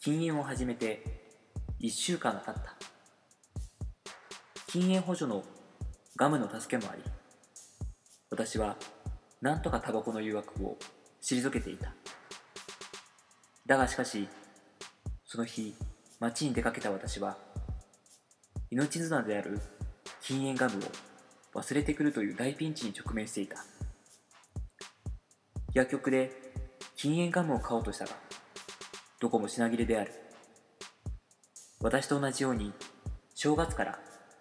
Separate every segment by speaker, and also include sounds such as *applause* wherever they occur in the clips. Speaker 1: 禁煙を始めて1週間が経った禁煙補助のガムの助けもあり私はなんとかタバコの誘惑を退けていただがしかしその日街に出かけた私は命綱である禁煙ガムを忘れてくるという大ピンチに直面していた薬局で禁煙ガムを買おうとしたがどこも品切れである私と同じように正月から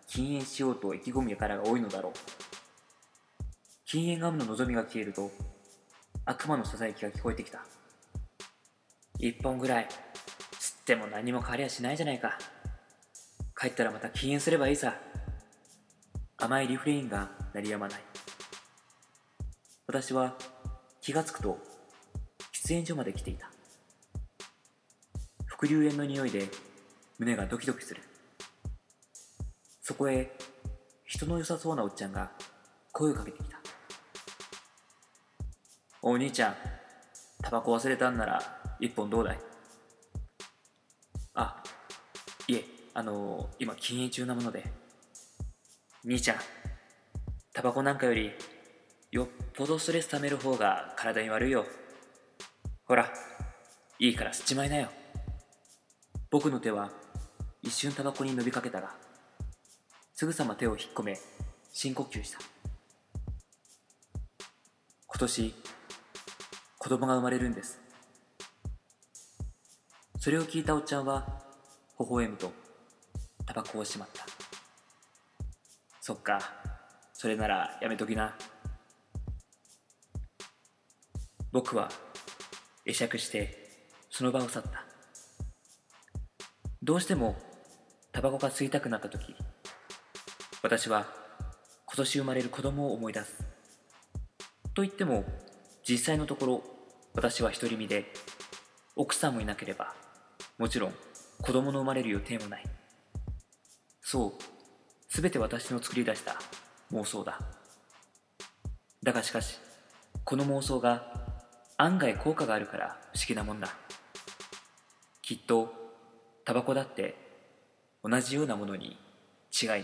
Speaker 1: 禁煙しようと意気込む輩が多いのだろう禁煙ガムの望みが消えると悪魔のささやきが聞こえてきた一本ぐらい吸っても何も変わりゃしないじゃないか帰ったらまた禁煙すればいいさ甘いリフレインが鳴りやまない私は気がつくと喫煙所まで来ていた伏流煙の匂いで胸がドキドキするそこへ人の良さそうなおっちゃんが声をかけてきた「お兄ちゃんタバコ忘れたんなら一本どうだい?」あいえあの今禁煙中なもので兄ちゃんタバコなんかよりよっぽどストレス溜める方が体に悪いよほらいいから吸っちまいなよ僕の手は一瞬タバコに伸びかけたがすぐさま手を引っ込め深呼吸した今年子供が生まれるんですそれを聞いたおっちゃんは微笑むとタバコをしまったそっかそれならやめときな僕は会釈してその場を去ったどうしてもタバコが吸いたくなった時私は今年生まれる子供を思い出すと言っても実際のところ私は独り身で奥さんもいなければもちろん子供の生まれる予定もないそう全て私の作り出した妄想だだがしかしこの妄想が案外効果があるから不思議なもんだきっとタバコだって同じようなものに違いない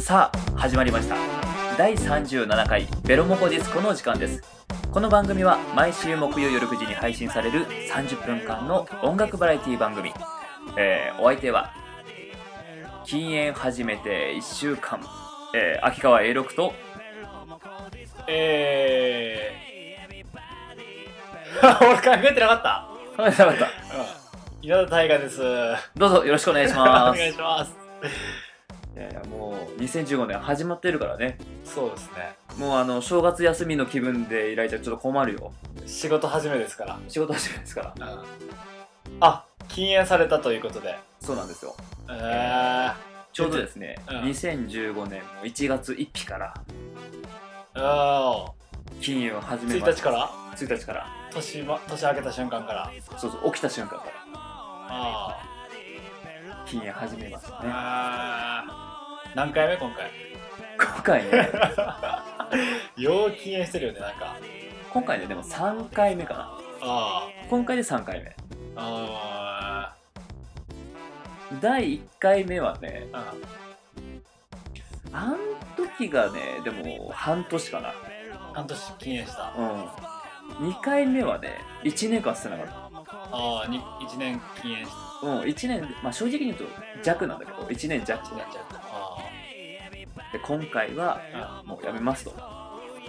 Speaker 1: さあ始まりました第37回ベロモコディスコの時間ですこの番組は毎週木曜夜9時に配信される30分間の音楽バラエティ番組、えーお相手は禁煙始めて1週間、えー秋川 A6 *laughs* と
Speaker 2: えー、 *laughs* 俺考えてなかった。
Speaker 1: ごめんなさいまた
Speaker 2: うん。稲田大河です。お
Speaker 1: どうぞよろしく *laughs* お願いしま
Speaker 2: お願い
Speaker 1: す
Speaker 2: します。
Speaker 1: いやいやもう2015年始まってるからね
Speaker 2: そうですね。
Speaker 1: もうあの正月休みの気分で依頼ちゃんちょっと困るよ
Speaker 2: 仕事始めですか
Speaker 1: 仕事始めですから
Speaker 2: ら。うん。あ、禁煙されたということで。
Speaker 1: そうなんですよ
Speaker 2: えー、
Speaker 1: ちょうどですね、
Speaker 2: うん
Speaker 1: 2015年も1月1日から
Speaker 2: あ
Speaker 1: 金融を始
Speaker 2: ー
Speaker 1: めま
Speaker 2: 1
Speaker 1: し
Speaker 2: 日
Speaker 1: た
Speaker 2: から
Speaker 1: 1日から
Speaker 2: 年ま、年明けた瞬間から。
Speaker 1: そうそう起きた瞬間か
Speaker 2: あ
Speaker 1: ら金融始めました
Speaker 2: ー
Speaker 1: ね
Speaker 2: あー。何回目今回。
Speaker 1: 今回ね *laughs*
Speaker 2: よう禁煙してるよね、なんか。
Speaker 1: 今回ねでも3回目かな
Speaker 2: あ
Speaker 1: 今回で3回目
Speaker 2: ーあ
Speaker 1: 第1回目はね
Speaker 2: ー。うん。
Speaker 1: あん時がねでも半年かな
Speaker 2: 半年禁煙した。
Speaker 1: うん2回目はね1年間してなかった
Speaker 2: ああ、に1年禁煙した。
Speaker 1: うん1年まあ正直に言うと弱なんだけど1年弱
Speaker 2: 1年ちゃった。あー
Speaker 1: で今回は
Speaker 2: うん
Speaker 1: もうやめますと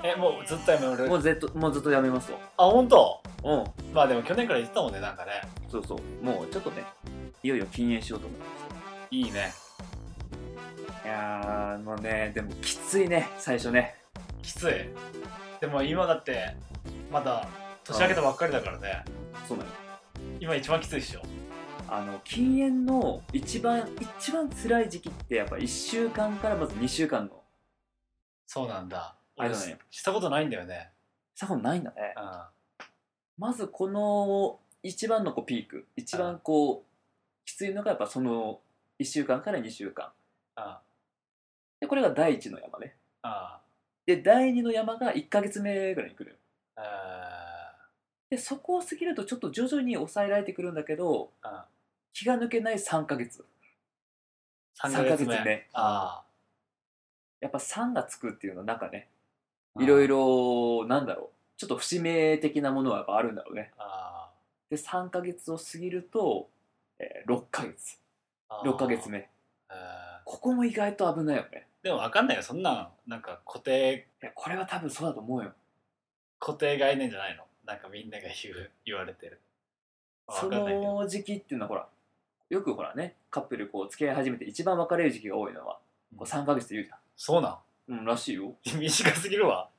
Speaker 2: えもうずっとやめる
Speaker 1: もうずっともうずっとやめますと
Speaker 2: あ本当
Speaker 1: うん
Speaker 2: まあでも去年から言ってたもんねなんかね
Speaker 1: そうそう、もうちょっとね、いよいよ禁煙しようと思いま
Speaker 2: いいね
Speaker 1: す。いやー、もうね、でもきついね、最初ね。
Speaker 2: きついでも今だってまだ年明けたばっかりだからね
Speaker 1: そうなの。
Speaker 2: 今一番きついっしょ
Speaker 1: ああの禁煙の一番一番辛い時期ってやっぱ1週間からまず2週間の
Speaker 2: そうなんだ
Speaker 1: あれ
Speaker 2: 俺
Speaker 1: だね
Speaker 2: したことないんだよね
Speaker 1: 作法ないんだね
Speaker 2: うん
Speaker 1: まずこの一番のこうピーク一番こうきついのがやっぱその1週間から2週間
Speaker 2: あ
Speaker 1: でこれが第1の山ね
Speaker 2: あ
Speaker 1: で第2の山が1ヶ月目ぐらいに来る
Speaker 2: あ
Speaker 1: でそこを過ぎるとちょっと徐々に抑えられてくるんだけど
Speaker 2: あ
Speaker 1: 気が抜けない3ヶ月
Speaker 2: 3
Speaker 1: 三ヶ月目
Speaker 2: あ
Speaker 1: やっぱ3がつくっていうのはなんかね
Speaker 2: あ
Speaker 1: いろいろなんだろうちょっと節目的なものはやっぱあるんだろうね
Speaker 2: あ
Speaker 1: で3ヶ月を過ぎると、え6ヶ月
Speaker 2: あ
Speaker 1: 6ヶ月目
Speaker 2: あ
Speaker 1: ここも意外と危ないよね
Speaker 2: でも分かんないよそんなんなんか固定
Speaker 1: いやこれは多分そうだと思うよ
Speaker 2: 固定概念じゃないのなんかみんなが言う言われてる
Speaker 1: そ
Speaker 2: 分かんないけど
Speaker 1: の時期っていうのはほらよくほらねカップルこう付き合い始めて一番別れる時期が多いのはこう3ヶ月って言うじ
Speaker 2: そうなん *laughs*
Speaker 1: ゃん、うん、らしいよ
Speaker 2: 短すぎるわ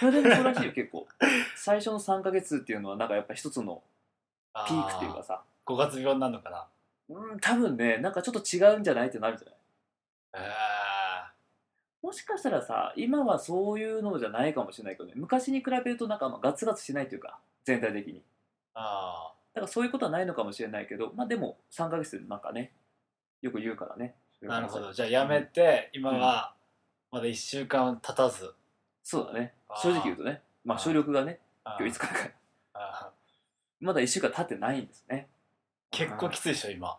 Speaker 1: いやでもそうらしいよ結構最初の3ヶ月っていうのはなんかやっぱ一つのピークっていうかさ
Speaker 2: 5月病になるのかな
Speaker 1: うん多分ねなんかちょっと違うんじゃないってなるじゃない
Speaker 2: あ
Speaker 1: もしかしたらさ今はそういうのじゃないかもしれないけどね昔に比べるとなんかまあガツガツしないというか全体的に
Speaker 2: ああ
Speaker 1: だからそういうことはないのかもしれないけどまあでも3ヶ月でなんかねよく言うからね
Speaker 2: あなるほどじゃあやめて、今はまだ1週間経たず
Speaker 1: そうだね
Speaker 2: あー
Speaker 1: 正直言うとねまあ省力がね
Speaker 2: あ
Speaker 1: 今日いつからか
Speaker 2: あ
Speaker 1: まだ1週間経ってないんですね
Speaker 2: 結構きついでしょ今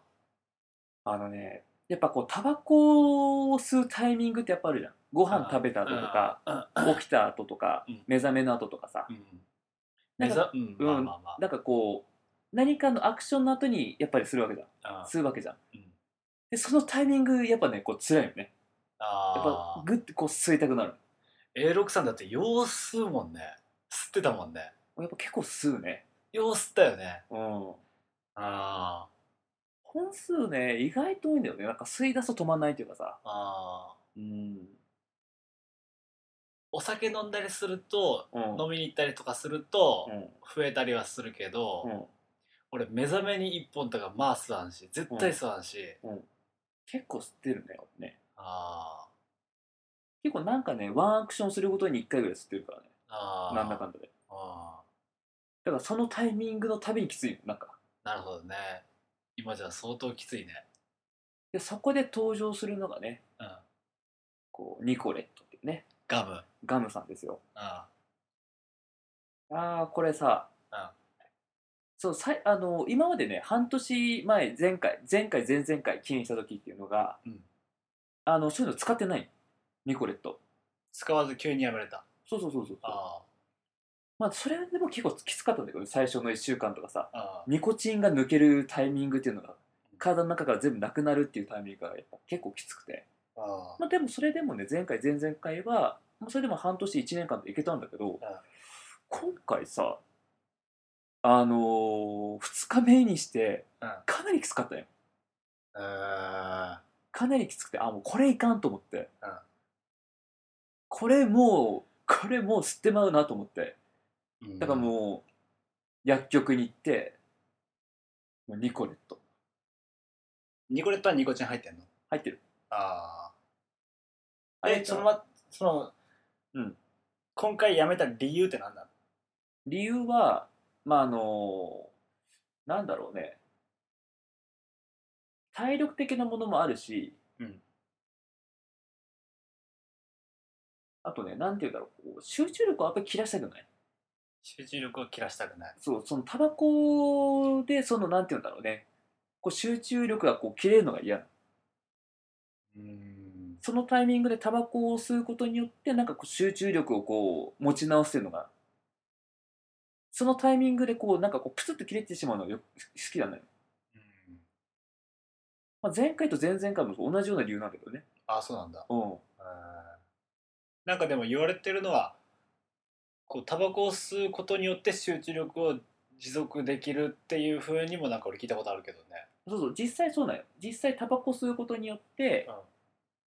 Speaker 1: あのねやっぱこうタバコを吸うタイミングってやっぱあるじゃんご飯食べた後とか起きた後とか
Speaker 2: うん
Speaker 1: 目覚めの後とかさ
Speaker 2: うん
Speaker 1: なんか
Speaker 2: うん
Speaker 1: うん
Speaker 2: まあまあまあ
Speaker 1: なんかこう何かのアクションの後にやっぱりするわけじゃん
Speaker 2: あ
Speaker 1: 吸うわけじゃん
Speaker 2: うん
Speaker 1: でそのタイミングやっぱねこう辛いよねやっぱ
Speaker 2: あ
Speaker 1: グッてこう吸いたくなる
Speaker 2: A6 さんだって様子吸うもんね吸ってたもんね
Speaker 1: やっぱ結構吸うね
Speaker 2: 様子吸ったよね
Speaker 1: うん
Speaker 2: あ
Speaker 1: 本数ね意外と多いんだよねなんか吸い出すと止まんないというかさ
Speaker 2: あああ
Speaker 1: うん
Speaker 2: お酒飲んだりすると
Speaker 1: うん
Speaker 2: 飲みに行ったりとかすると
Speaker 1: うん
Speaker 2: 増えたりはするけど、
Speaker 1: うん
Speaker 2: 俺目覚めに1本とかまあ吸わんし絶対吸わんし、
Speaker 1: 結構吸ってるね俺ね
Speaker 2: あ
Speaker 1: 結構なんかねワンアクションするごとに1回ぐらい吸ってるからね
Speaker 2: ーあー
Speaker 1: なんだかんだで
Speaker 2: あ
Speaker 1: だからそのタイミングのたびにきついよなんか
Speaker 2: ーなるほどね今じゃ相当きついね
Speaker 1: でそこで登場するのがね、
Speaker 2: うん
Speaker 1: こうニコレットっていうね
Speaker 2: ガム
Speaker 1: ガムさんですよ
Speaker 2: あ
Speaker 1: ああこれさ、
Speaker 2: うん
Speaker 1: そうさいあの今までね半年前前回前回前々回禁煙した時っていうのが、
Speaker 2: うん
Speaker 1: あのそういうの使ってないニコレット
Speaker 2: 使わず急にやめれた
Speaker 1: そうそうそうそう
Speaker 2: あ
Speaker 1: まあそれでも結構きつかったんだけど最初の1週間とかさ
Speaker 2: ーあー
Speaker 1: ニコチンが抜けるタイミングっていうのが体の中から全部なくなるっていうタイミングがやっぱ結構きつくて
Speaker 2: あー
Speaker 1: まあ、でもそれでもね前回前々回は、まあ、それでも半年1年間でいけたんだけど、今回さあのー、2日目にして
Speaker 2: うん
Speaker 1: かなりきつかったよ
Speaker 2: うーん
Speaker 1: かなりきつくてあもうこれいかんと思って、
Speaker 2: うん
Speaker 1: これもうこれもう吸ってまうなと思ってだからもう薬局に行ってもうニコレット
Speaker 2: ニコレットはニコチン入ってんの
Speaker 1: 入ってるあ
Speaker 2: ああ
Speaker 1: れ
Speaker 2: えそのまその
Speaker 1: うん
Speaker 2: 今回やめた理由って何なの
Speaker 1: 理由はまああのなんだろうね体力的なものもあるし、
Speaker 2: うん
Speaker 1: あとねなんて言うんだろうこう集中力をあんまり切らしたくない
Speaker 2: 集中力を切らしたくない
Speaker 1: そうそのタバコでそのなんて言うんだろうねこう集中力がこう切れるのが嫌なの
Speaker 2: うん
Speaker 1: そのタイミングでタバコを吸うことによってなんかこう集中力をこう持ち直してるのがそのタイミングでこうなんかこうプツッと切れてしまうのがよ好きなのよ、
Speaker 2: うん
Speaker 1: まあ、前回と前々回も同じような理由なんだけどね
Speaker 2: あそうなんだ
Speaker 1: うん
Speaker 2: うんなんかでも言われてるのはこうタバコを吸うことによって集中力を持続できるっていうふうにもなんか俺聞いたことあるけどね
Speaker 1: そうそう実際そうなんよ実際タバコ吸うことによって、
Speaker 2: うん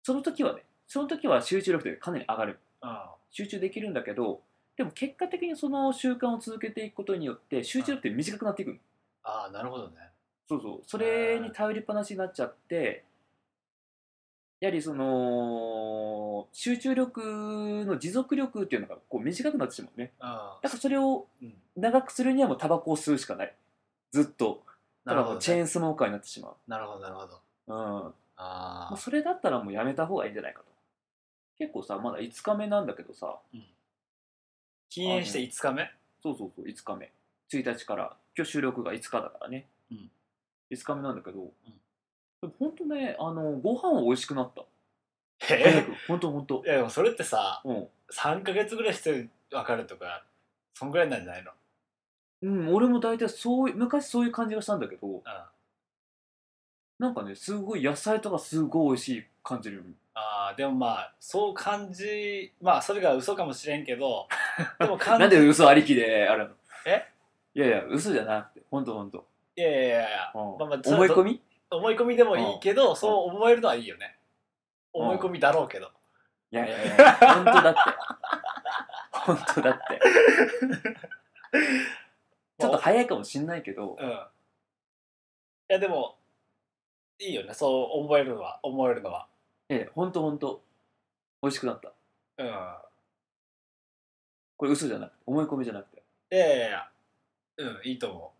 Speaker 1: その時はねその時は集中力というかかなり上がる
Speaker 2: あ
Speaker 1: 集中できるんだけどでも結果的にその習慣を続けていくことによって集中力って短くなっていくの
Speaker 2: あなるほどね
Speaker 1: そうそうそれに頼りっぱなしになっちゃってやはりその集中力の持続力っていうのがこう短くなってしまうね
Speaker 2: あ
Speaker 1: だからそれを
Speaker 2: うん
Speaker 1: 長くするにはもうタバコを吸うしかないずっと
Speaker 2: な
Speaker 1: た
Speaker 2: る
Speaker 1: だ
Speaker 2: ほ
Speaker 1: も
Speaker 2: ど、
Speaker 1: うチェー
Speaker 2: ね、
Speaker 1: ンスモーカーになってしまう、
Speaker 2: なるほどなるほど
Speaker 1: うん、も
Speaker 2: あ
Speaker 1: う
Speaker 2: あ
Speaker 1: それだったらもうやめた方がいいんじゃないかと結構さまだ5日目なんだけどさ
Speaker 2: 禁煙して5日目
Speaker 1: そうそうそう5日目1日から今日収録が5日だからね、
Speaker 2: うん
Speaker 1: 5日目なんだけど、でもほんとねあのご飯は美味しくなった早
Speaker 2: え
Speaker 1: くほんとほんと
Speaker 2: *laughs* いやでもそれってさ
Speaker 1: うん
Speaker 2: 3ヶ月ぐらいして分かるとかそんぐらいなんじゃないの
Speaker 1: うん、俺も大体そうい昔そういう感じがしたんだけど
Speaker 2: うんあ
Speaker 1: なんかねすごい野菜とかすごい美味しい感じる
Speaker 2: あでもまあそう感じまあそれが嘘かもしれんけどでも感
Speaker 1: なん
Speaker 2: じ
Speaker 1: で嘘ありきであるの
Speaker 2: え
Speaker 1: いやいや嘘じゃなくてほんとほんと、
Speaker 2: いやいやいやいや
Speaker 1: うん
Speaker 2: まあまあ
Speaker 1: 思い込み
Speaker 2: 思い込みでもいいけど、そう思えるのはいいよね、
Speaker 1: うん
Speaker 2: 思い込みだろうけど、
Speaker 1: いやいやいや本当だって本当だって
Speaker 2: *laughs*
Speaker 1: ちょっと早いかもしんないけど
Speaker 2: うんいやでもいいよねそう思えるのは思えるのは
Speaker 1: ええ本当本当美味しくなった
Speaker 2: うんい
Speaker 1: これ嘘じゃなくて思い込みじゃなくて
Speaker 2: やいやいやうんいいと思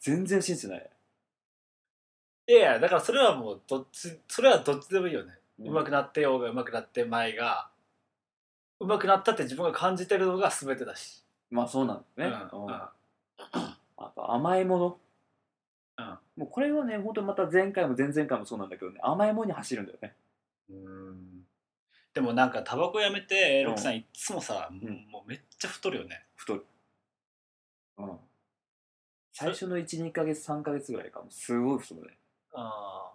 Speaker 1: 全然信じてないう
Speaker 2: いやいやだからそれはもうどっちそれはどっちでもいいよね、うまく
Speaker 1: な
Speaker 2: なってようがうまくなってまいがうまくなったって自分が感じてるのが全てだし、
Speaker 1: まあそうなんだ
Speaker 2: うん
Speaker 1: よ
Speaker 2: う
Speaker 1: ね、
Speaker 2: ん
Speaker 1: うん
Speaker 2: うん
Speaker 1: あと甘いもの、
Speaker 2: うん
Speaker 1: もうこれはね本当また前回も前々回もそうなんだけどね甘いものに走るんだよね
Speaker 2: うんでもなんかタバコやめて
Speaker 1: うん
Speaker 2: ロキさんいっつもさ、
Speaker 1: ん
Speaker 2: もうめっちゃ太るよね
Speaker 1: 太るうん最初の12ヶ月3ヶ月ぐらいかもすごい太るね
Speaker 2: ああ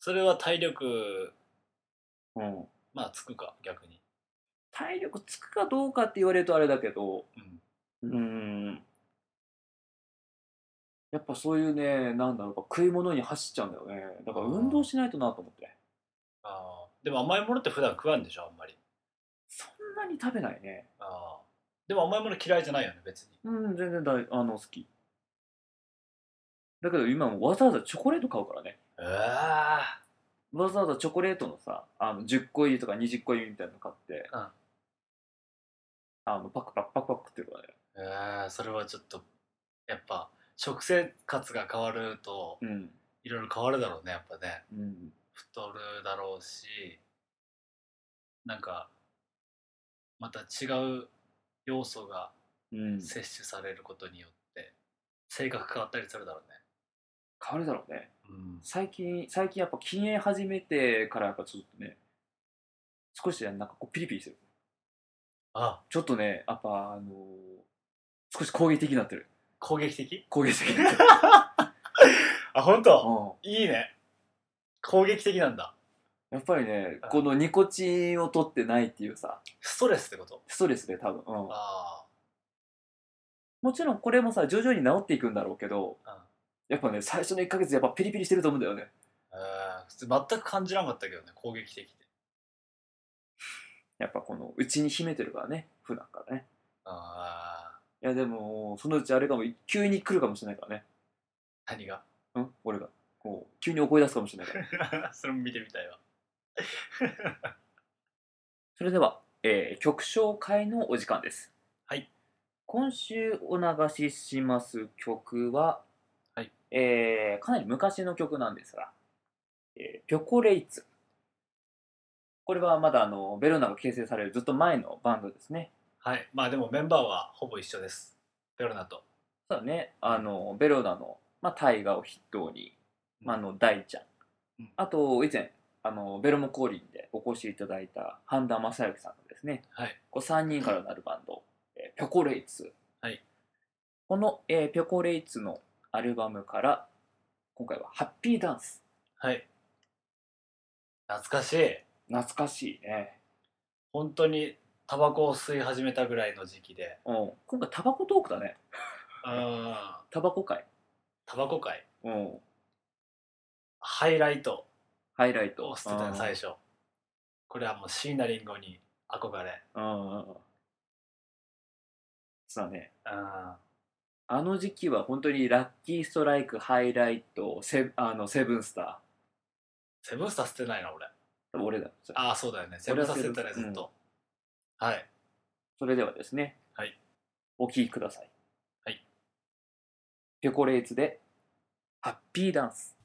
Speaker 2: それは体力
Speaker 1: うん
Speaker 2: まあつくか逆に
Speaker 1: 体力つくかどうかって言われるとあれだけど
Speaker 2: うん
Speaker 1: うんやっぱそういうねなんだろうやっぱ食い物に走っちゃうんだよねだから運動しないとなと思って
Speaker 2: ああでも甘いものって普段食わんでしょあんまり
Speaker 1: そんなに食べないね
Speaker 2: ああでも甘いもの嫌いじゃないよね別に
Speaker 1: うん全然だいあの好きだけど今もわざわざチョコレート買うからね
Speaker 2: えあ
Speaker 1: わざわざチョコレートのさあの10個入りとか20個入りみたいなの買って、
Speaker 2: うん
Speaker 1: あのパクパクパクパクってるからね
Speaker 2: えーそれはちょっとやっぱ食生活が変わると
Speaker 1: うん
Speaker 2: いろいろ変わるだろうねやっぱね
Speaker 1: うん
Speaker 2: 太るだろうしなんかまた違う要素が
Speaker 1: うん
Speaker 2: 摂取されることによって性格変わったりするだろうね
Speaker 1: 変わるだろうね
Speaker 2: うん
Speaker 1: 最近最近やっぱ禁煙始めてからやっぱちょっとね少しなんかこうピリピリしてる
Speaker 2: あ
Speaker 1: ちょっとねやっぱあのー少し攻撃的になってる
Speaker 2: 攻撃的
Speaker 1: 攻撃的にな
Speaker 2: *laughs*
Speaker 1: ってる、
Speaker 2: あ本当
Speaker 1: うん
Speaker 2: いいね攻撃的なんだ
Speaker 1: やっぱりね
Speaker 2: うん
Speaker 1: このニコチンを取ってないっていうさ
Speaker 2: ストレスってこと
Speaker 1: ストレスで多分、うん、
Speaker 2: あ
Speaker 1: もちろんこれもさ徐々に治っていくんだろうけど
Speaker 2: あ
Speaker 1: やっぱね最初の1ヶ月やっぱピリピリしてると思うんだよね
Speaker 2: うんえー普通全く感じなかったけどね攻撃的って
Speaker 1: やっぱこの内に秘めてるからね普段からね
Speaker 2: あ
Speaker 1: いやでもそのうちあれかも急に来るかもしれないからね
Speaker 2: ー何が
Speaker 1: うん俺がこう急に怒り出すかもしれないから
Speaker 2: *laughs* それも見てみたいわ
Speaker 1: それでは、えー曲紹介のお時間です
Speaker 2: はい
Speaker 1: 今週お流しします曲は、
Speaker 2: はい
Speaker 1: えーかなり昔の曲なんですが、えーピョコレイツこれはまだあのベロナが形成されるずっと前のバンドですね
Speaker 2: はいまあでもメンバーはほぼ一緒ですベロナと
Speaker 1: そうだねあのベロナの、まあ、タイガを筆頭に、まあ、あの大ちゃん、
Speaker 2: うん
Speaker 1: あと以前あのベロモ降臨でお越しいただいた半田正幸さんのですね
Speaker 2: はい
Speaker 1: こう3人からなるバンド、えーピョコレイツ、
Speaker 2: はい
Speaker 1: この、えーピョコレイツのアルバムから今回は「ハッピーダンス
Speaker 2: はい懐かしい」
Speaker 1: 懐かしいね、
Speaker 2: 本当にタバコを吸い始めたぐらいの時期で
Speaker 1: うん、今回タバコトークだね
Speaker 2: うん
Speaker 1: タバコ会、
Speaker 2: タバコ界
Speaker 1: うん、
Speaker 2: ハイライト
Speaker 1: ハイライト
Speaker 2: を捨てた
Speaker 1: うん
Speaker 2: の最初これはもう椎名林檎に憧れ
Speaker 1: うんうんうんそうだね
Speaker 2: うん
Speaker 1: あの時期は本当にラッキーストライク、ハイライト、セあのセブンスタ
Speaker 2: セブンスター捨てないな俺
Speaker 1: ー、多分俺だ。それ
Speaker 2: ああそうだよねセブンスター捨てたねずっと、はい
Speaker 1: それではですね、
Speaker 2: はい
Speaker 1: お聴きください。
Speaker 2: はい
Speaker 1: ピョコレーツで、ハッピーダンス。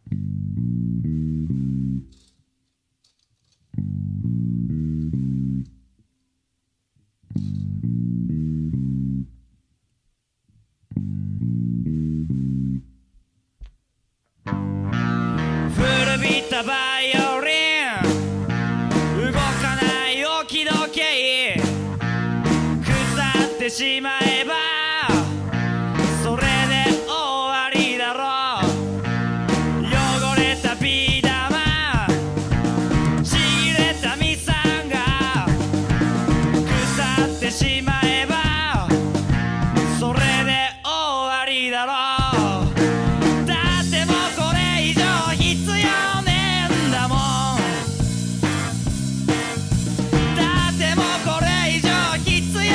Speaker 3: 古びたバイオリン動かない置き時計腐ってしまえばそれで終わりだろう汚れたビー玉ちぎれたミサンが腐ってしまえばそれで終わりだろうだってもうこれ以上必要ねえんだもんだってもうこれ以上必要ねえ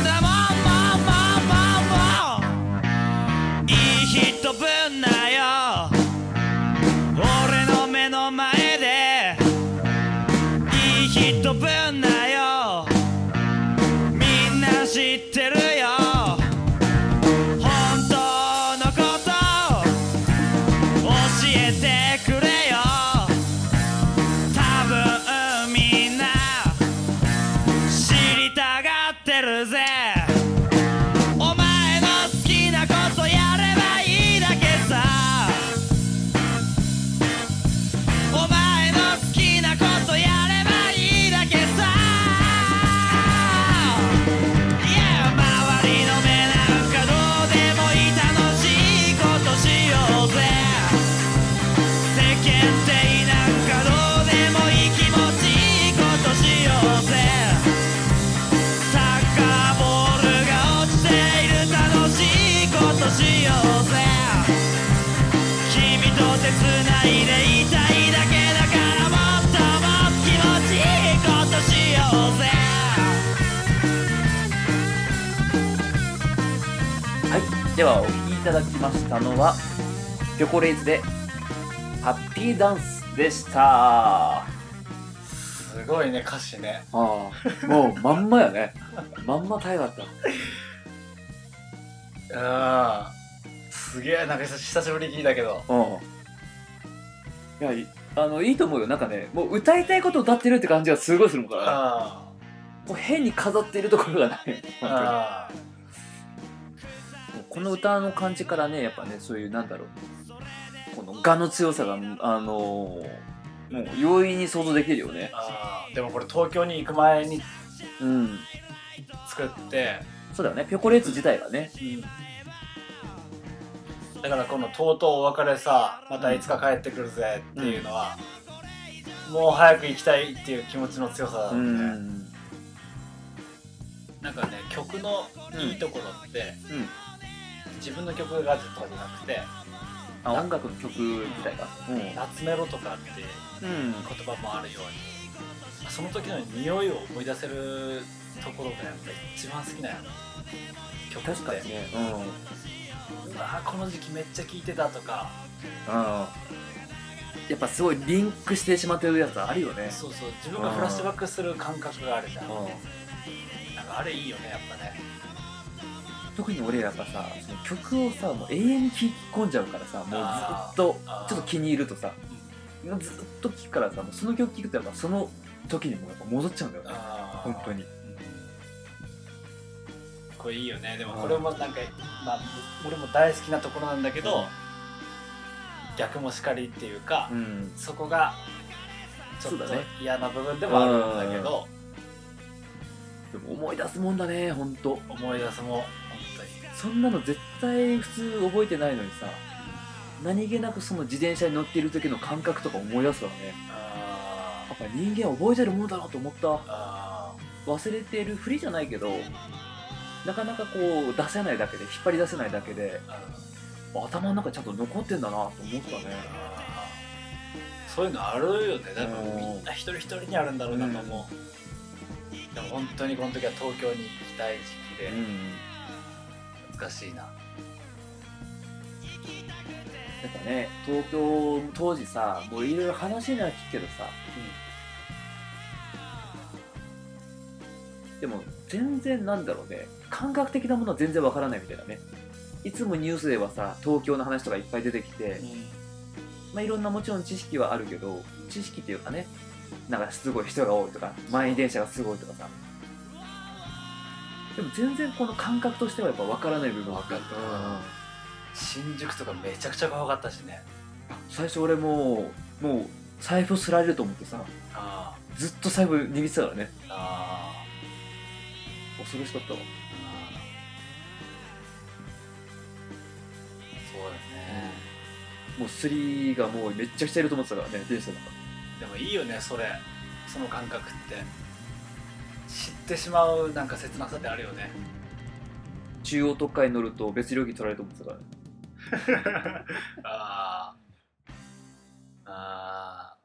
Speaker 3: んだもんもんもんもんもんいい人ぶんなよ俺の目の前でいい人ぶんなよみんな知ってるよ「本当のこと教えてくれよ」「多分みんな知りたがってるぜ」「お前の好きなことやればいいだけさ」「お前の好きなことやればいいだけさ」いや周りの目なんかどうでもいい楽しいことしようぜ世間体なんかどうでもいい気持ちいいことしようぜサッカーボールが落ちている楽しいことしようぜ君と手繋いでいたいだけだからもっともっと気持ちいいことしようぜ
Speaker 1: はい、ではお聴きいただきましたのは、ピョコレーズで、ハッピーダンスでした。あ
Speaker 2: すごいね歌詞ね
Speaker 1: あ、もうまんまやね。 *laughs* まんま大河だっ
Speaker 2: うんすげえなんか久しぶりに聞いたけど
Speaker 1: た。うん。いやいい、あの、いいと思うよ。なんかね、もう歌いたいことを歌ってるって感じがすごいするか
Speaker 2: うん
Speaker 1: ら、もう変に飾っているところがない。
Speaker 2: うん
Speaker 1: 本当にこの歌の感じからね、やっぱね、そういう、なんだろう、この我の強さが、あのーもう容易に想像できるよね。
Speaker 2: うんでもこれ東京に行く前に
Speaker 1: うん。
Speaker 2: 作って、
Speaker 1: そうだよね、ピョコレーツ自体がね。
Speaker 2: だからこの「とうとうお別れさまたいつか帰ってくるぜ」っていうのは、もう早く行きたいっていう気持ちの強さだ
Speaker 1: う
Speaker 2: もんね、
Speaker 1: ん。
Speaker 2: なんかね曲のいいところって、
Speaker 1: うん
Speaker 2: 自分の曲がとかじゃなくて
Speaker 1: あ音楽の曲自体が。うん。
Speaker 2: 夏メロとかっていう
Speaker 1: うん。
Speaker 2: 言葉もあるようにその時の匂いを思い出せるところがやっぱ一番好きな曲っ
Speaker 1: 確
Speaker 2: て
Speaker 1: かにね。うん。うん。
Speaker 2: うわーこの時期めっちゃ聴いてたとか
Speaker 1: やっぱすごいリンクしてしまってるやつあるよね。
Speaker 2: そうそう自分がフラッシュバックする感覚があるじゃん
Speaker 1: うん。
Speaker 2: なんかあれいいよねやっぱね
Speaker 1: 特に俺やっぱさ、その曲をさ、もう永遠に聴き込んじゃうからさ、もうずっと
Speaker 2: あーあー、
Speaker 1: ちょっと気に入るとさ、ずっと聴くからさ、もうその曲聴くとやっぱその時にもやっぱ戻っちゃうんだよね。本
Speaker 2: 本
Speaker 1: 当に。
Speaker 2: これいいよねでもこれもなんか、まあ、俺も大好きなところなんだけど、逆もしかりっていうか、
Speaker 1: うん。
Speaker 2: そこがちょっ
Speaker 1: そう
Speaker 2: と
Speaker 1: だね
Speaker 2: 嫌な部分でもあるんだけど、
Speaker 1: でも思い出すもんだね、ほんと。
Speaker 2: 思い出すも本
Speaker 1: そんなの絶対普通覚えてないのにさ何気なくその自転車に乗っている時の感覚とか思い出すわね
Speaker 2: 当にあ
Speaker 1: やっぱ人間は覚えてるもんだなと思った
Speaker 2: ーあ
Speaker 1: 忘れてるふりじゃないけどなかなかこう出せないだけで引っ張り出せないだけで
Speaker 2: ーあ
Speaker 1: 頭の中ちゃんと残ってんだなと思ったね
Speaker 2: ーあーそういうのあるよね多分みんな一人一人にあるんだろうなと思う、でも本当にこの時は東京に行きたい時期で、
Speaker 1: うん
Speaker 2: 難しいな
Speaker 1: なんかね、東京当時さ、もういろいろ話には聞くけどさ、でも全然なんだろうね、感覚的なものは全然わからないみたいなね。いつもニュースではさ、東京の話とかいっぱい出てきて、まあ、いろんなもちろん知識はあるけど、知識っていうかね、なんかすごい人が多いとか、満員電車がすごいとかさ。でも全然この感覚としてはやっぱわからない部分があって
Speaker 2: わかる新宿とかめちゃくちゃ怖かったしね
Speaker 1: 最初俺もう、もう財布すられると思ってさ、
Speaker 2: あ
Speaker 1: ずっと財布握ってたからね。
Speaker 2: ああ
Speaker 1: 恐ろしかったわ。
Speaker 2: あそうだね
Speaker 1: もうスリーがもうめっちゃくちゃいると思ってたからね電車の中
Speaker 2: でもいいよねそれその感覚って知ってしまうなんか切なさってあるよ
Speaker 1: *laughs*
Speaker 2: ね
Speaker 1: 中央特快に乗ると別料金取られると思ってたからね
Speaker 2: ああああ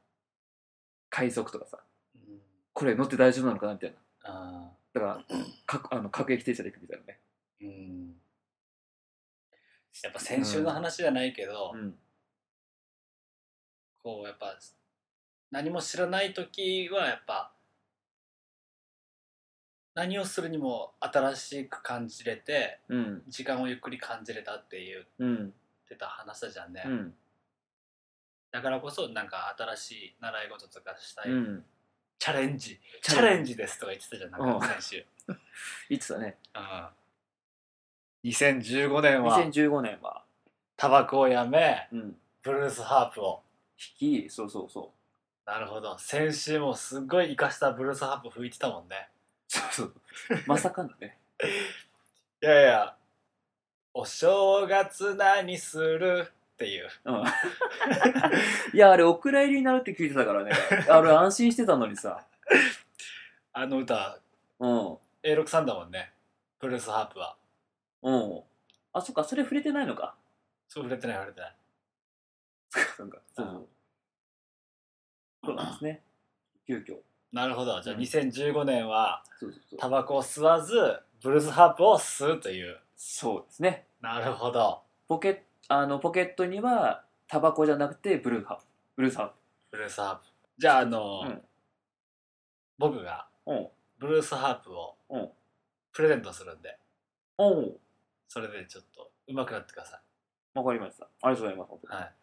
Speaker 1: 快速とかさ
Speaker 2: うん
Speaker 1: これ乗って大丈夫なのかなみたいな
Speaker 2: あ
Speaker 1: だから各あの各駅停車で行くみたいなね
Speaker 2: ーうんやっぱ先週の話じゃないけど、
Speaker 1: うん
Speaker 2: こうやっぱ何も知らない時はやっぱ何をするにも新しく感じれて
Speaker 1: うん
Speaker 2: 時間をゆっくり感じれたって言っ
Speaker 1: うん
Speaker 2: てた話だじゃんね、
Speaker 1: うん
Speaker 2: だからこそなんか新しい習い事とかしたい、
Speaker 1: うん
Speaker 2: チャレンジ
Speaker 1: チ
Speaker 2: チ
Speaker 1: ャ
Speaker 2: ャ
Speaker 1: レン
Speaker 2: レンジですとか言ってたじゃんなんか先週、
Speaker 1: いつだね
Speaker 2: うん、2015年は
Speaker 1: 2015年は
Speaker 2: タバコをやめ
Speaker 1: うん
Speaker 2: ブルースハープを
Speaker 1: 引きそうそうそう
Speaker 2: なるほど先週もすっごい生かしたブルースハープ吹いてたもんね
Speaker 1: *laughs* そうそうまさかのね
Speaker 2: いやいや、お正月何するっていう。
Speaker 1: *laughs* うんいやあれお蔵入りになるって聞いてたからねあれ安心してたのにさ
Speaker 2: あの歌、
Speaker 1: うん
Speaker 2: 永六さんだもんね。ブルースハープは。
Speaker 1: うんあそっかそれ触れてないのか
Speaker 2: そう、触れてない、触れてない。
Speaker 1: なんかそうそうそうなんですね急遽
Speaker 2: なるほど。じゃあ
Speaker 1: うん
Speaker 2: 2015年は、
Speaker 1: そうそうそう
Speaker 2: タバコを吸わず、ブルースハープを吸うという。
Speaker 1: そうですね
Speaker 2: なるほど。
Speaker 1: ポケあのポケットにはタバコじゃなくてブルーハーフブルーハーフ
Speaker 2: ブルースハープ。じゃあ、あの、
Speaker 1: うん
Speaker 2: 僕が
Speaker 1: うん
Speaker 2: ブルースハープを
Speaker 1: うん
Speaker 2: プレゼントするんで、
Speaker 1: お
Speaker 2: それでちょっと上手くなってくださ
Speaker 1: おわかりましたありがとうございます本当に
Speaker 2: い。はい。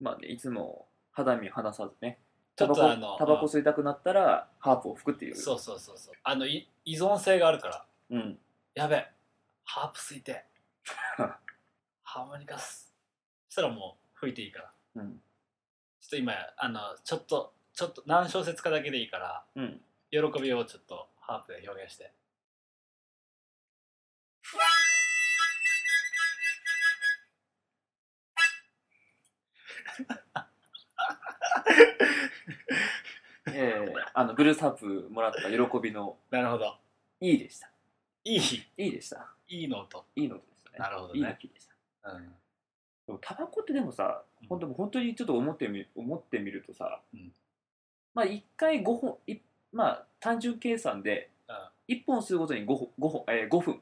Speaker 1: まあねいつも肌身離さずね
Speaker 2: ち
Speaker 1: タ
Speaker 2: ょ
Speaker 1: バ
Speaker 2: っ
Speaker 1: コ
Speaker 2: とあの、
Speaker 1: タバコ
Speaker 2: うん
Speaker 1: 吸いたくなったらハープを吹くっていう
Speaker 2: そうそうそうそう。あの、い依存性があるから。
Speaker 1: うん
Speaker 2: やべハープ吸い
Speaker 1: *laughs*
Speaker 2: てえハーモニカスそしたらもう吹いていいから
Speaker 1: うん
Speaker 2: ちょっと今あのちょっとちょっと何小節かだけでいいから
Speaker 1: うん
Speaker 2: 喜びをちょっとハープで表現して
Speaker 1: ええあのブルースハープもらった喜びの
Speaker 2: なるほど
Speaker 1: いいでした
Speaker 2: いい
Speaker 1: いいでした
Speaker 2: いいの音
Speaker 1: いいのでしたね
Speaker 2: なるほど
Speaker 1: いいの
Speaker 2: ね、
Speaker 1: でした
Speaker 2: うん、
Speaker 1: でもタバコってでもさ
Speaker 2: うん
Speaker 1: 本当本当にちょっと思ってみ思ってみるとさ、
Speaker 2: うん
Speaker 1: まあ1回5本いまあ単純計算で
Speaker 2: うん
Speaker 1: 1本吸うごとに 5, 本5本、えー、5分っ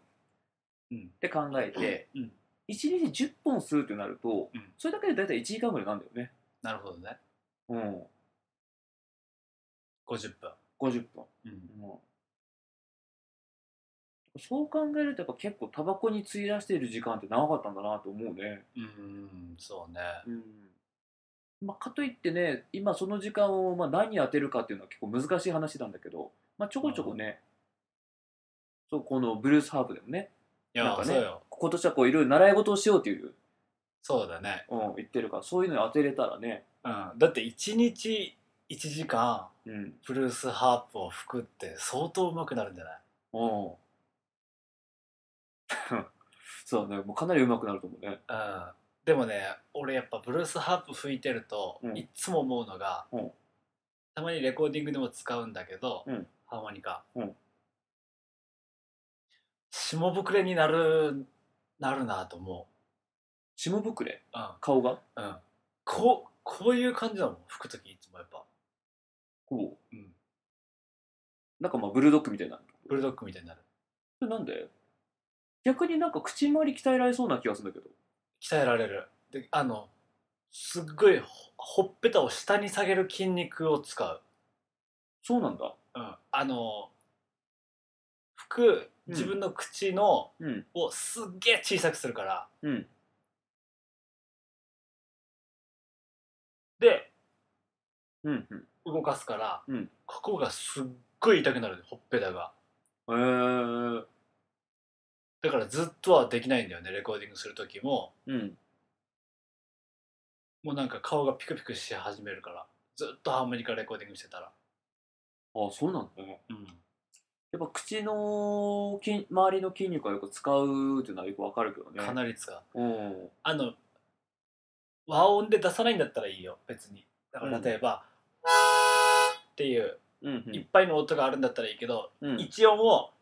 Speaker 2: うん
Speaker 1: て考えて、
Speaker 2: うん
Speaker 1: 一1日10本吸うってなると、
Speaker 2: うん
Speaker 1: それだけで大体1時間ぐらいなんだよね、
Speaker 2: なるほどね
Speaker 1: うん、
Speaker 2: 50分、
Speaker 1: 50分、
Speaker 2: うん、
Speaker 1: うんそう考えるとやっぱ結構タバコに費やしている時間って長かったんだなと思うね。
Speaker 2: うんそうね
Speaker 1: うんまあ、かといってね今その時間をまあ何に当てるかっていうのは結構難しい話なんだけど、まあ、ちょこちょこね、そうこのブルースハープでもね
Speaker 2: いや、
Speaker 1: なんかね
Speaker 2: そうよ
Speaker 1: 今年はこういろいろ習い事をしようっていう、
Speaker 2: そうだね、
Speaker 1: うん、言ってるからそういうのに当てれたらね、
Speaker 2: うん、だって1日1時間
Speaker 1: うん、 *laughs*
Speaker 2: ブルースハープを吹くって相当上手くなるんじゃない
Speaker 1: おそうねもうかなり上手くなると思うね
Speaker 2: うんでもね俺やっぱブルースハープ吹いてると、
Speaker 1: うん
Speaker 2: いっつも思うのが、
Speaker 1: うん
Speaker 2: たまにレコーディングでも使うんだけど、
Speaker 1: うん
Speaker 2: ハーモニカ、
Speaker 1: うん
Speaker 2: 下膨れになるなるなと思
Speaker 1: 下膨れ
Speaker 2: う、
Speaker 1: 顔が
Speaker 2: うんうん、こうこういう感じだもん吹く時いつもやっぱ
Speaker 1: こう、
Speaker 2: うん
Speaker 1: なんかまあブルドッグみたいな
Speaker 2: ブルドッグみたいになる
Speaker 1: それなんで逆になんか口周り鍛えられそうな気がするんだけど
Speaker 2: 鍛えられるであのすっごいほほっぺたを下に下げる筋肉を使う、
Speaker 1: そうなんだ
Speaker 2: うん、あの服
Speaker 1: うん
Speaker 2: 自分の口の、
Speaker 1: うん
Speaker 2: をすっげえ小さくするから
Speaker 1: うん
Speaker 2: で
Speaker 1: うんうん
Speaker 2: 動かすから、
Speaker 1: うん
Speaker 2: ここがすっごい痛くなるのほっぺたが
Speaker 1: へえー、
Speaker 2: だからずっとはできないんだよねレコーディングする時も
Speaker 1: うん
Speaker 2: もうなんか顔がピクピクし始めるからずっとハーモニカレコーディングしてたら、
Speaker 1: あそうなんだね
Speaker 2: うん、
Speaker 1: やっぱ口の筋周りの筋肉はよく使うっていうのはよくわかるけどね
Speaker 2: かなり使う
Speaker 1: うん
Speaker 2: あの和音で出さないんだったらいいよ別にだから例えば、っていう
Speaker 1: うん
Speaker 2: いっぱいの音があるんだったらいいけど、
Speaker 1: うんうん
Speaker 2: 一音を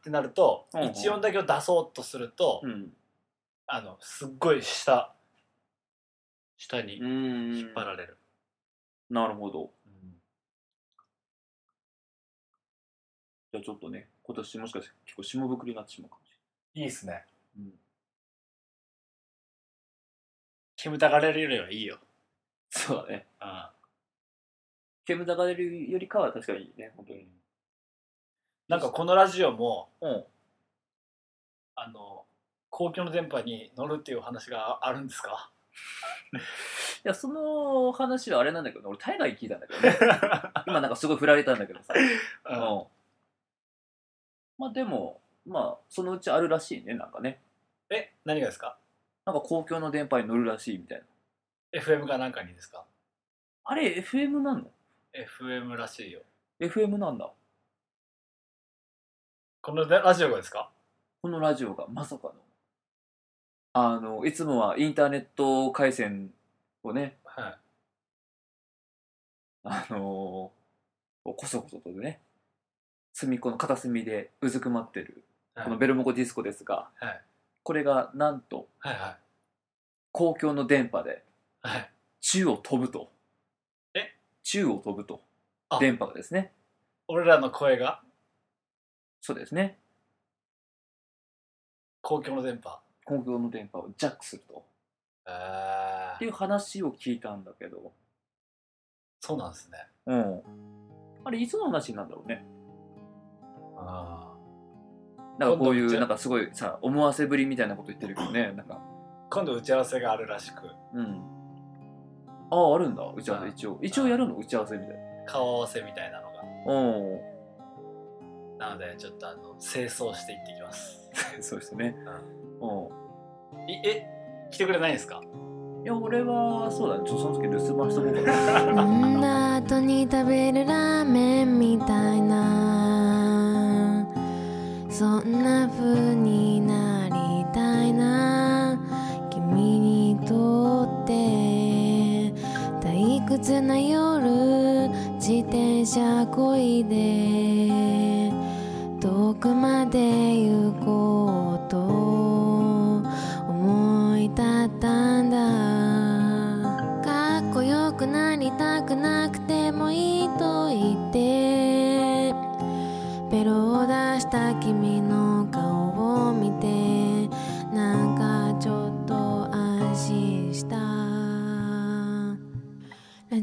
Speaker 2: ってなると、
Speaker 1: うんうん
Speaker 2: 一音だけを出そうとすると、
Speaker 1: うん
Speaker 2: あのすっごい下下に
Speaker 1: うん
Speaker 2: 引っ張られる、
Speaker 1: なるほど
Speaker 2: うん
Speaker 1: じゃあちょっとね今年もしかして結構霜ぶくりになってしまうかもし
Speaker 2: いいっすね
Speaker 1: れない、うん、
Speaker 2: 煙たがれるよりはいいよ、
Speaker 1: そうだね
Speaker 2: うん
Speaker 1: 煙たがれるよりかは確かにね本当に
Speaker 2: なんかこのラジオも、
Speaker 1: うん
Speaker 2: あの公共の電波に乗るっていうお話があるんですか
Speaker 1: いや、その話はあれなんだけど、俺、海外聞いたんだけど *laughs* ね。今、なんかすごい振られたんだけどさ。
Speaker 2: う
Speaker 1: うんん。まあ、でも、まあ、そのうちあるらしいね、なんかね。
Speaker 2: え何がですか
Speaker 1: なんか公共の電波に乗るらしいみたいな。
Speaker 2: FM かなんかにですか
Speaker 1: あれ、FM なんの
Speaker 2: FM らしいよ
Speaker 1: ?FM なんだ。
Speaker 2: このラジオがですか
Speaker 1: このラジオが、まさかの。あの、いつもはインターネット回線をね、
Speaker 2: はい
Speaker 1: あのーこそこそとね、隅っこの片隅でうずくまってる、
Speaker 2: はい
Speaker 1: このベルモコディスコですが、
Speaker 2: はい
Speaker 1: これがなんと、
Speaker 2: はいは
Speaker 1: 公共の電波で
Speaker 2: いはい
Speaker 1: 宙を飛ぶと
Speaker 2: え
Speaker 1: 宙を飛ぶと
Speaker 2: あ
Speaker 1: 電波がですね
Speaker 2: 俺らの声が
Speaker 1: そうですね
Speaker 2: 公共の電波
Speaker 1: 公共の電波をジャックすると
Speaker 2: え
Speaker 1: って
Speaker 2: ー
Speaker 1: いう話を聞いたんだけど
Speaker 2: そうなんですね
Speaker 1: うんあれいつの話なんだろうね
Speaker 2: あ
Speaker 1: なんかこうい
Speaker 2: 今度じ
Speaker 1: う
Speaker 2: ゃ
Speaker 1: なんかすごいさ思わせぶりみたいなこと言ってるけどねなんか
Speaker 2: ー今度打ち合わせがあるらしく
Speaker 1: うんあああるんだ打ち合わ
Speaker 2: う
Speaker 1: せ
Speaker 2: ん
Speaker 1: 一応一応やるの打ち合わせみたいな
Speaker 2: 顔合わせみたいなのが
Speaker 1: うん *laughs*
Speaker 2: なのでちょっとあの清掃していってきます
Speaker 1: そうですねう
Speaker 2: いえ来てくれないんですか
Speaker 1: んいや俺はそうだねちょっとその時留守番した方がいい
Speaker 4: 飲んだ後に食べるラーメンみたいなそんな風になりたいな君にとって退屈な夜自転車こいで遠くまで行こうと思い立ったんだかっこよくなりたくなくてもいいと言ってベロを出した君の顔を見てなんかちょっと安心したラ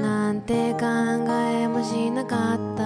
Speaker 4: なんて考えもしなかった